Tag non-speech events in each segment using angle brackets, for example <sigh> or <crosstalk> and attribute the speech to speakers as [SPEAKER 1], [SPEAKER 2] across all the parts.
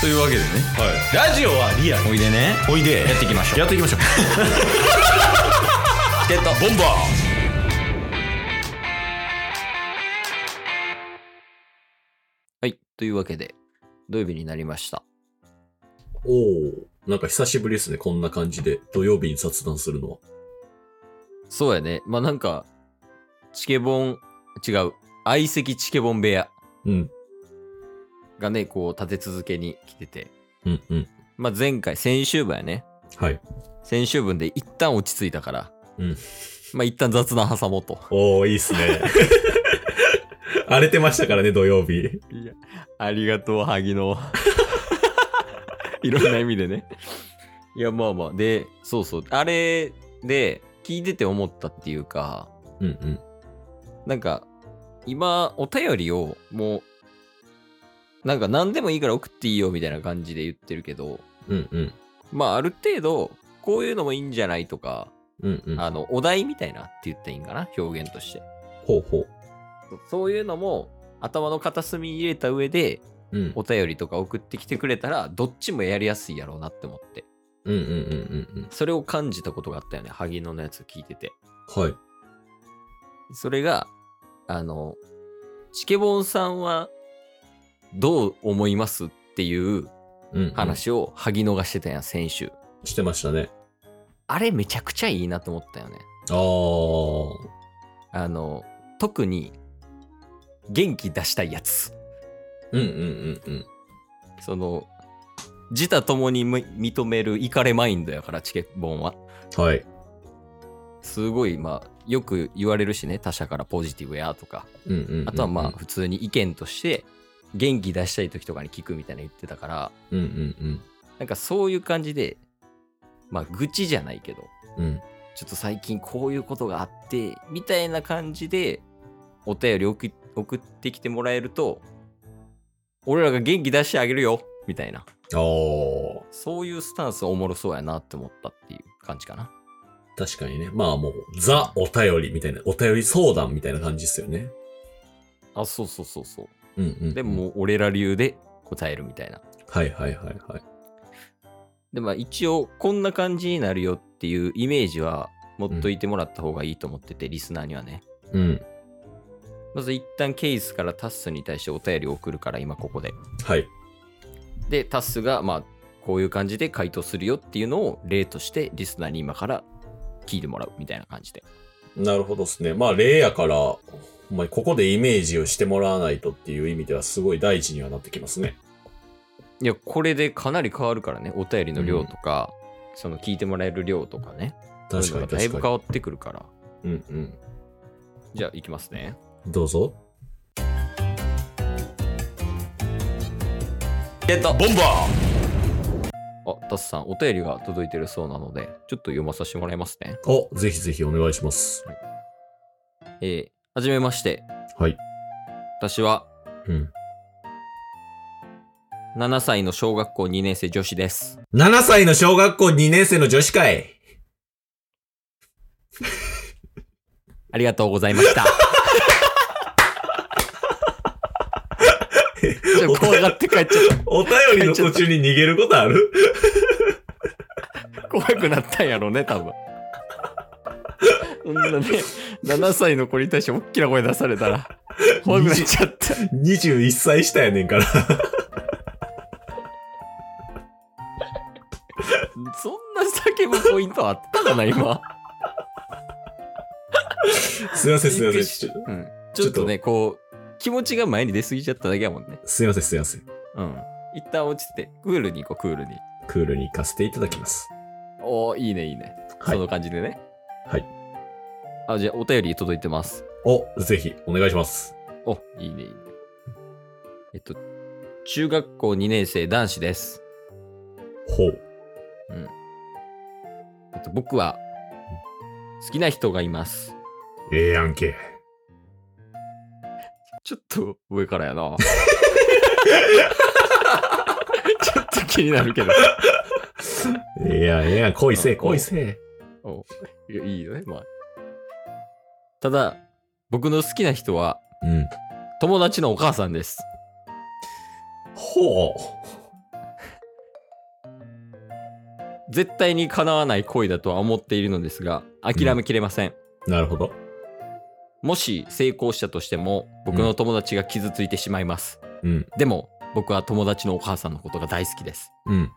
[SPEAKER 1] というわけでね
[SPEAKER 2] ラジオはリアル
[SPEAKER 1] おいでね
[SPEAKER 2] おいで
[SPEAKER 1] やっていきましょう
[SPEAKER 2] やっていきましょう
[SPEAKER 1] チケットボンバーはいというわけで土曜日になりました
[SPEAKER 3] おお、なんか久しぶりですね、こんな感じで。土曜日に雑談するのは。
[SPEAKER 1] そうやねまあなんかチケボン違う相席チケボン部屋
[SPEAKER 3] うん。
[SPEAKER 1] がねこう立て続けに来てて
[SPEAKER 3] うんうん。
[SPEAKER 1] まあ前回先週分やね
[SPEAKER 3] はい。
[SPEAKER 1] 先週分で一旦落ち着いたから
[SPEAKER 3] うん
[SPEAKER 1] まあ一旦雑談挟もうと
[SPEAKER 3] おお、いいっす <laughs> ね。荒れてましたからね、土曜日。
[SPEAKER 1] いや、ありがとう、
[SPEAKER 2] <laughs>
[SPEAKER 1] 萩野。いろんな意味でね。いや、まあまあ。で、そうそう。あれで、聞いてて思ったっていうか、
[SPEAKER 3] うんうん。
[SPEAKER 1] なんか、今、お便りを、もう、なんか何でもいいから送っていいよみたいな感じで言ってるけど、
[SPEAKER 3] うんうん。
[SPEAKER 1] まあ、ある程度、こういうのもいいんじゃないとか、
[SPEAKER 3] うんうん。
[SPEAKER 1] あの、お題みたいなって言っていいんかな、表現として。
[SPEAKER 3] ほうほう。
[SPEAKER 1] そそういうのも、頭の片隅に入れた上で、
[SPEAKER 3] うん。
[SPEAKER 1] お便りとか送ってきてくれたらどっちもやりやすいやろうなって思って
[SPEAKER 3] うんうんうんうん
[SPEAKER 1] それを感じたことがあったよね萩野のやつ聞いてて
[SPEAKER 3] うん。はい。
[SPEAKER 1] それがあのチケボンさんはどう思いますっていう
[SPEAKER 3] うん、うん。。
[SPEAKER 1] 話を萩野がしてたやん先週
[SPEAKER 3] してましたね。
[SPEAKER 1] あれめちゃくちゃいいなと思ったよね
[SPEAKER 3] あー。
[SPEAKER 1] あの特に元気出したいやつ
[SPEAKER 3] うんうんうんうん。
[SPEAKER 1] その自他ともにむ認めるイカレマインドやからチケボンは
[SPEAKER 3] はい。
[SPEAKER 1] すごいまあよく言われるしね他者からポジティブやとか
[SPEAKER 3] うんうんうんうん
[SPEAKER 1] あとはまあ普通に意見として元気出したい時とかに聞くみたいな言ってたから
[SPEAKER 3] うんうん
[SPEAKER 1] なんかそういう感じでまあ愚痴じゃないけど
[SPEAKER 3] うん。うん。
[SPEAKER 1] ちょっと最近こういうことがあってみたいな感じでお便り送送ってきてもらえると俺らが元気出してあげるよみたいな
[SPEAKER 3] あー。
[SPEAKER 1] そういうスタンスおもろそうやなって思ったっていう感じかな
[SPEAKER 3] 確かにね。まあもう、ザ・お便りみたいな、お便り相談みたいな感じですよね。
[SPEAKER 1] あそうそうそうそう
[SPEAKER 3] うんうん、うん。
[SPEAKER 1] でも、俺ら流で答えるみたいな
[SPEAKER 3] はいはいはいはい。
[SPEAKER 1] でまあ一応こんな感じになるよっていうイメージは持っといてもらった方がいいと思ってて、リスナーにはね
[SPEAKER 3] うん。
[SPEAKER 1] まず一旦ケイスからタッスに対してお便りを送るから今ここで
[SPEAKER 3] はい。
[SPEAKER 1] でタッスがまあこういう感じで回答するよっていうのを例としてリスナーに今から聞いてもらうみたいな感じで
[SPEAKER 3] なるほどですね。まあ、例やから、ほんまにここでイメージをしてもらわないとっていう意味ではすごい大事にはなってきますね。
[SPEAKER 1] いやこれでかなり変わるからねお便りの量とか、その聞いてもらえる量とかね
[SPEAKER 3] 確かに
[SPEAKER 1] そういうのがだい
[SPEAKER 3] 確
[SPEAKER 1] ぶ
[SPEAKER 3] か
[SPEAKER 1] 変わってくるから
[SPEAKER 3] に。うんうん。
[SPEAKER 1] じゃあ行きますね
[SPEAKER 3] どうぞ。
[SPEAKER 1] ゲット
[SPEAKER 2] ボンバ
[SPEAKER 1] あタスさんお便りが届いてるそうなのでちょっと読まさせてもらいますね
[SPEAKER 3] お、ぜひぜひお願いします。
[SPEAKER 1] えー、はじめまして。
[SPEAKER 3] はい。
[SPEAKER 1] 私は
[SPEAKER 3] うん。
[SPEAKER 1] 7歳の小学校2年生女子です。
[SPEAKER 3] 7歳の小学校2年生の女子会。
[SPEAKER 1] ありがとうございま
[SPEAKER 3] <laughs>
[SPEAKER 1] した。ちょっと怖がって帰っちゃっ
[SPEAKER 3] お便りの途中に逃げることある
[SPEAKER 1] た。怖くなったんやろね、多分。そんなね、7歳の子に対して大きな声出されたら、怖くなっちゃった。
[SPEAKER 3] ?21 歳下や
[SPEAKER 1] <laughs>
[SPEAKER 3] ねんから。
[SPEAKER 1] そんな叫ぶポイントあったかな、今。
[SPEAKER 3] すいませんすいません。ちょ
[SPEAKER 1] うん。ちょっとね、こう、気持ちが前に出過ぎちゃっただけやもんね。
[SPEAKER 3] すいませんすいません。
[SPEAKER 1] うん。一旦落ちて、クールに行こう、クールに。
[SPEAKER 3] クールに行かせていただきます。
[SPEAKER 1] おーいいねいいね、
[SPEAKER 3] はい
[SPEAKER 1] その感じでね
[SPEAKER 3] はい
[SPEAKER 1] あじゃあお便り届いてます
[SPEAKER 3] お、ぜひお願いします。
[SPEAKER 1] おいいねいいねえっと中学校2年生男子です、
[SPEAKER 3] ほう。
[SPEAKER 1] えっと、僕は好きな人がいます
[SPEAKER 3] ええやんけ。
[SPEAKER 1] ちょっと上からやなちょっと気になるけど
[SPEAKER 3] ええやん、ええやん。恋せ
[SPEAKER 1] お
[SPEAKER 3] え、恋せえ。
[SPEAKER 1] いやいいよねまあただ僕の好きな人は
[SPEAKER 3] うん。
[SPEAKER 1] 友達のお母さんです
[SPEAKER 3] ほう。
[SPEAKER 1] 絶対に叶わない恋だとは思っているのですが、諦めきれません。
[SPEAKER 3] なるほど。
[SPEAKER 1] もし成功したとしても、僕の友達が傷ついてしまいます。
[SPEAKER 3] うん。
[SPEAKER 1] でも、僕は友達のお母さんのことが大好きです。
[SPEAKER 3] うん。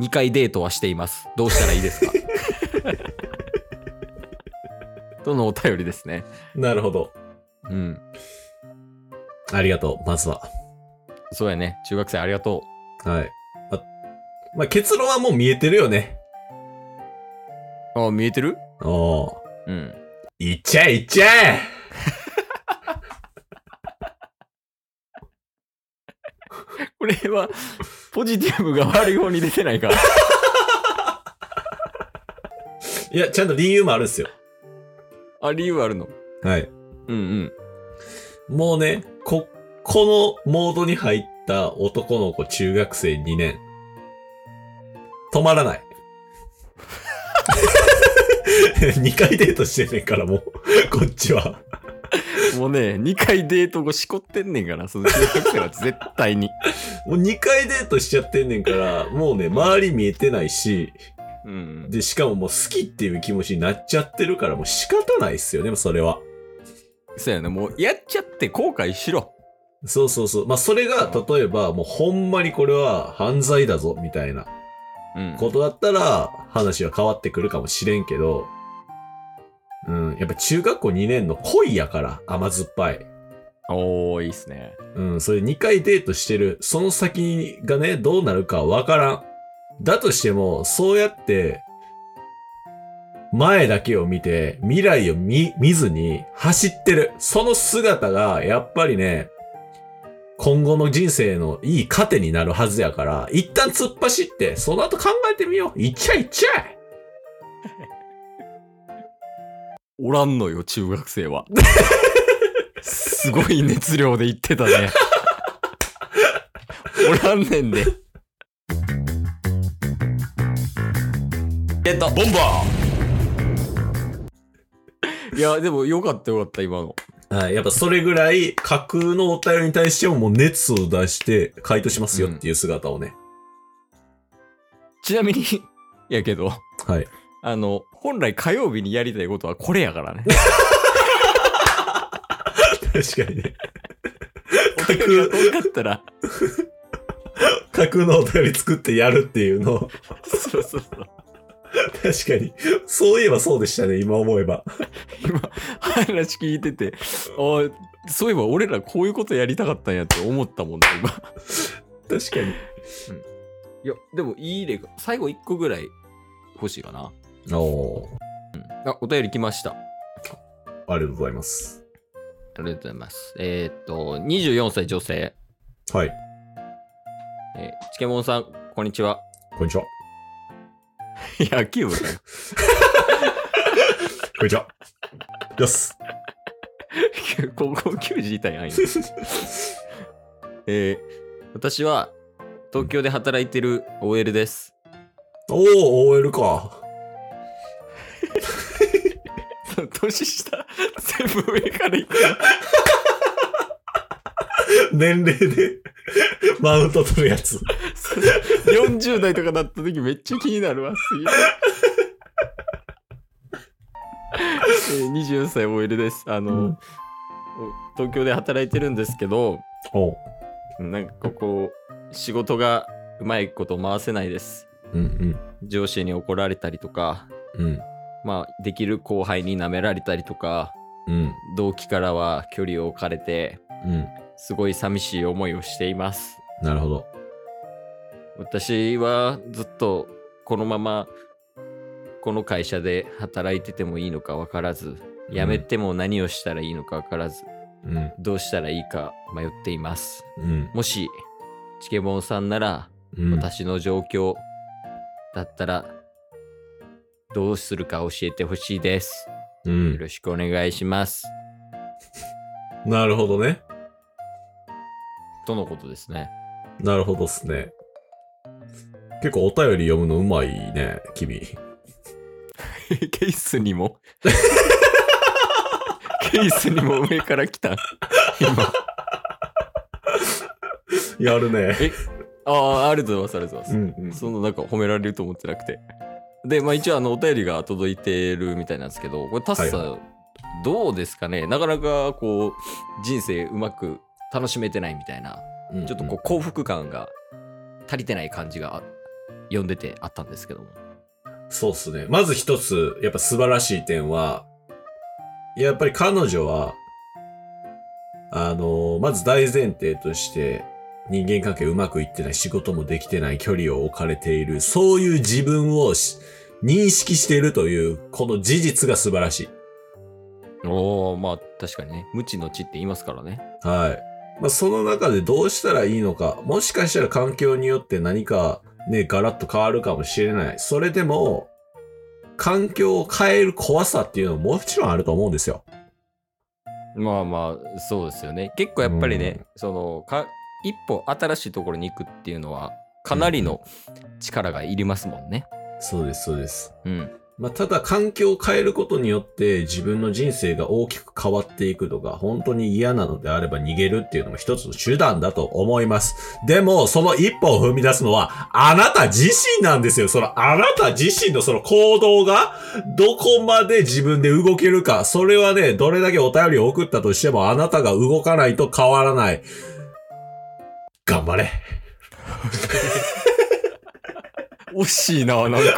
[SPEAKER 1] 2回デートはしています。どうしたらいいです <laughs> かとのお便りですね。
[SPEAKER 3] なるほど。
[SPEAKER 1] うん。
[SPEAKER 3] ありがとう。まずは。
[SPEAKER 1] そうやね。中学生ありがと
[SPEAKER 3] はい。あまあ、結論はもう見えてるよね。
[SPEAKER 1] う。あ、見えてる
[SPEAKER 3] おー。
[SPEAKER 1] うん。
[SPEAKER 3] いっちゃえいっちゃえ
[SPEAKER 1] これは、ポジティブが悪い方に出てないか。
[SPEAKER 3] いや、ちゃんと理由もあるんですよ。
[SPEAKER 1] <laughs> あ、理由あるの。
[SPEAKER 3] はい。
[SPEAKER 1] うんうん。
[SPEAKER 3] もうね、こ、このモードに入った男の子中学生2年。止まら <laughs> ない。2回デートしてんねんからもう、こっちは。
[SPEAKER 1] もうね、2回デート後しこってんねんから、その中学生は絶対に。
[SPEAKER 3] もう2回デートしちゃってんねんから、もうね、周り見えてないし、
[SPEAKER 1] うん。
[SPEAKER 3] で、しかももう好きっていう気持ちになっちゃってるから、もう仕方ないっすよね、それは。
[SPEAKER 1] そうやね。もう、やっちゃって後悔しろ。
[SPEAKER 3] そうそうそう。まあ、それが、例えば、もうほんまにこれは犯罪だぞ、みたいな
[SPEAKER 1] うん。
[SPEAKER 3] ことだったら、話は変わってくるかもしれんけど、うん、やっぱ中学校2年の恋やから、甘酸っぱい。
[SPEAKER 1] おー、いいっすね。
[SPEAKER 3] うん、それ2回デートしてる、その先がね、どうなるかわからん。だとしても、そうやって、前だけを見て、未来を見、見ずに走ってる。その姿が、やっぱりね、今後の人生のいい糧になるはずやから、一旦突っ走って、その後考えてみよう。いっちゃいっちゃい
[SPEAKER 1] おらんのよ、中学生は。すごい熱量で言ってたね。おらんねんで。えっと、
[SPEAKER 2] ボンバ
[SPEAKER 1] いや、でもよかったよかった、今の。
[SPEAKER 3] はい、やっぱそれぐらい架空のお便りに対してももう熱を出して回答しますよっていう姿をね。
[SPEAKER 1] ちなみに、やけど、
[SPEAKER 3] はい。
[SPEAKER 1] あの、本来火曜日にやりたいことはこれやからね。
[SPEAKER 3] 確かにね。
[SPEAKER 1] お便りが遠かったら、
[SPEAKER 3] 架空のお便り作ってやるっていうの、
[SPEAKER 1] そうそうそう。
[SPEAKER 3] 確かに。そういえばそうでしたね、今思えば。
[SPEAKER 1] 今、話聞いてて、ああ、そういえば俺らこういうことやりたかったんやって思ったもんね、今。
[SPEAKER 3] 確かに。
[SPEAKER 1] いや、でもいい例が、最後一個ぐらい欲しいかな。
[SPEAKER 3] お
[SPEAKER 1] あ、お便り来ました。あ
[SPEAKER 3] ありがとうございます。
[SPEAKER 1] りがとうございます。えーっと、24歳女性。
[SPEAKER 3] はい、
[SPEAKER 1] えー、チケモンさん、こんにちは。
[SPEAKER 3] こんにちは。
[SPEAKER 1] <laughs> 野球部かよ。
[SPEAKER 3] こんにちは。よっす。
[SPEAKER 1] <laughs> 高校球児いたやん。今えー私は、東京で働いてる OL です。
[SPEAKER 3] おー、OL か。
[SPEAKER 1] <laughs> 年下、全部上から行く。
[SPEAKER 3] 年齢でマウント取るやつ。
[SPEAKER 1] 40代とかなった時めっちゃ気になるわ。
[SPEAKER 3] <laughs>
[SPEAKER 1] すげええー24歳 OL です。あの、
[SPEAKER 3] うん
[SPEAKER 1] 東京で働いてるんですけど、
[SPEAKER 3] おう。
[SPEAKER 1] なんかここ、仕事がうまいこと回せないです。
[SPEAKER 3] うん
[SPEAKER 1] 上司に怒られたりとか、
[SPEAKER 3] うん。うん。
[SPEAKER 1] まあ、できる後輩に舐められたりとか、
[SPEAKER 3] うん。
[SPEAKER 1] 同期からは距離を置かれて、
[SPEAKER 3] うん。
[SPEAKER 1] すごい寂しい思いをしています。
[SPEAKER 3] なるほど。
[SPEAKER 1] 私はずっとこのままこの会社で働いててもいいのか分からず辞めても何をしたらいいのか分からず、
[SPEAKER 3] うん。
[SPEAKER 1] どうしたらいいか迷っています
[SPEAKER 3] うん。
[SPEAKER 1] もしチケボンさんなら
[SPEAKER 3] うん。
[SPEAKER 1] 私の状況だったらどうするか教えてほしいです
[SPEAKER 3] う
[SPEAKER 1] よ
[SPEAKER 3] ん。
[SPEAKER 1] ろしくお願いします
[SPEAKER 3] なるほどね。
[SPEAKER 1] とのことですね
[SPEAKER 3] なるほどっすね。結構お便り読むのうまいね、君。
[SPEAKER 1] <laughs> ケースにも <laughs> ケースにも上から来た今
[SPEAKER 3] <laughs> やるね。
[SPEAKER 1] えああ、ありがとうございます、ありがとうございます。
[SPEAKER 3] ん、 <laughs> うん。
[SPEAKER 1] そのなんか褒められると思ってなくて。で、まあ一応あのお便りが届いてるみたいなんですけど、これタスさん、
[SPEAKER 3] はい
[SPEAKER 1] どうですかねなかなかこう、人生うまく楽しめてないみたいな、
[SPEAKER 3] うん
[SPEAKER 1] ちょっとこう幸福感が足りてない感じがあ読んでてあったんですけども。
[SPEAKER 3] そうっすね。まず一つ、やっぱ素晴らしい点は、やっぱり彼女は、あの、まず大前提として、人間関係うまくいってない、仕事もできてない、距離を置かれている、そういう自分をし認識しているという、この事実が素晴らし
[SPEAKER 1] おおまあ確かにね、無知の知って言いますからね。
[SPEAKER 3] い。はい。まあ、その中でどうしたらいいのか、もしかしたら環境によって何かね、ガラッと変わるかもしれない。それでも、環境を変える怖さっていうのももちろんあると思うんですよ。
[SPEAKER 1] まあまあ、そうですよね。結構やっぱりね、
[SPEAKER 3] う
[SPEAKER 1] そのか、一歩新しいところに行くっていうのは、かなりの力がいりますもんね。
[SPEAKER 3] そうです、そうです。
[SPEAKER 1] うん。
[SPEAKER 3] まあ、ただ環境を変えることによって自分の人生が大きく変わっていくとか、本当に嫌なのであれば逃げるっていうのも一つの手段だと思います。でも、その一歩を踏み出すのは、あなた自身なんですよ。そのあなた自身のその行動が、どこまで自分で動けるか。それはね、どれだけお便りを送ったとしても、あなたが動かないと変わらない。頑張れ。
[SPEAKER 1] 惜しいな、なんか。 <laughs>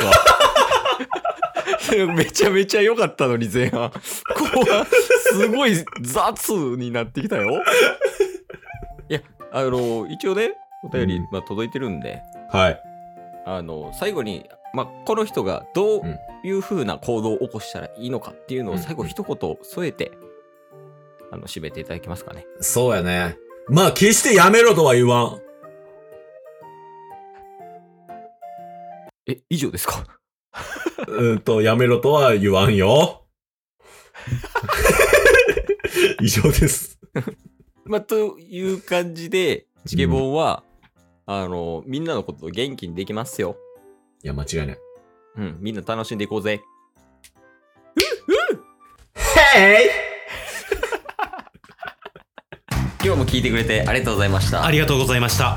[SPEAKER 1] いやめちゃめちゃ良かったのに前半。後半、すごい雑になってきたよ。いや、あの、一応ね、お便り、
[SPEAKER 3] うん
[SPEAKER 1] まあ、届いてるんで、
[SPEAKER 3] はい。
[SPEAKER 1] あの、最後に、まあ、この人がどういうふうな行動を起こしたらいいのかっていうのを最後
[SPEAKER 3] うん
[SPEAKER 1] 一言添えて、あの、締めていただけますかね。
[SPEAKER 3] そうやね。まあ、決してやめろとは言わん。
[SPEAKER 1] え、以上ですか
[SPEAKER 3] うーんと、やめろとは言わんよ。 <laughs> 以上です。
[SPEAKER 1] まあ、という感じで、チケボンは、あの、みんなのことを元気にできますよ。
[SPEAKER 3] いや、間違いない。
[SPEAKER 1] うん、みんな楽しんでいこうぜ。
[SPEAKER 3] へい
[SPEAKER 1] 今日も聞いてくれてありがとうございました
[SPEAKER 2] あ。りがとうございました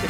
[SPEAKER 2] す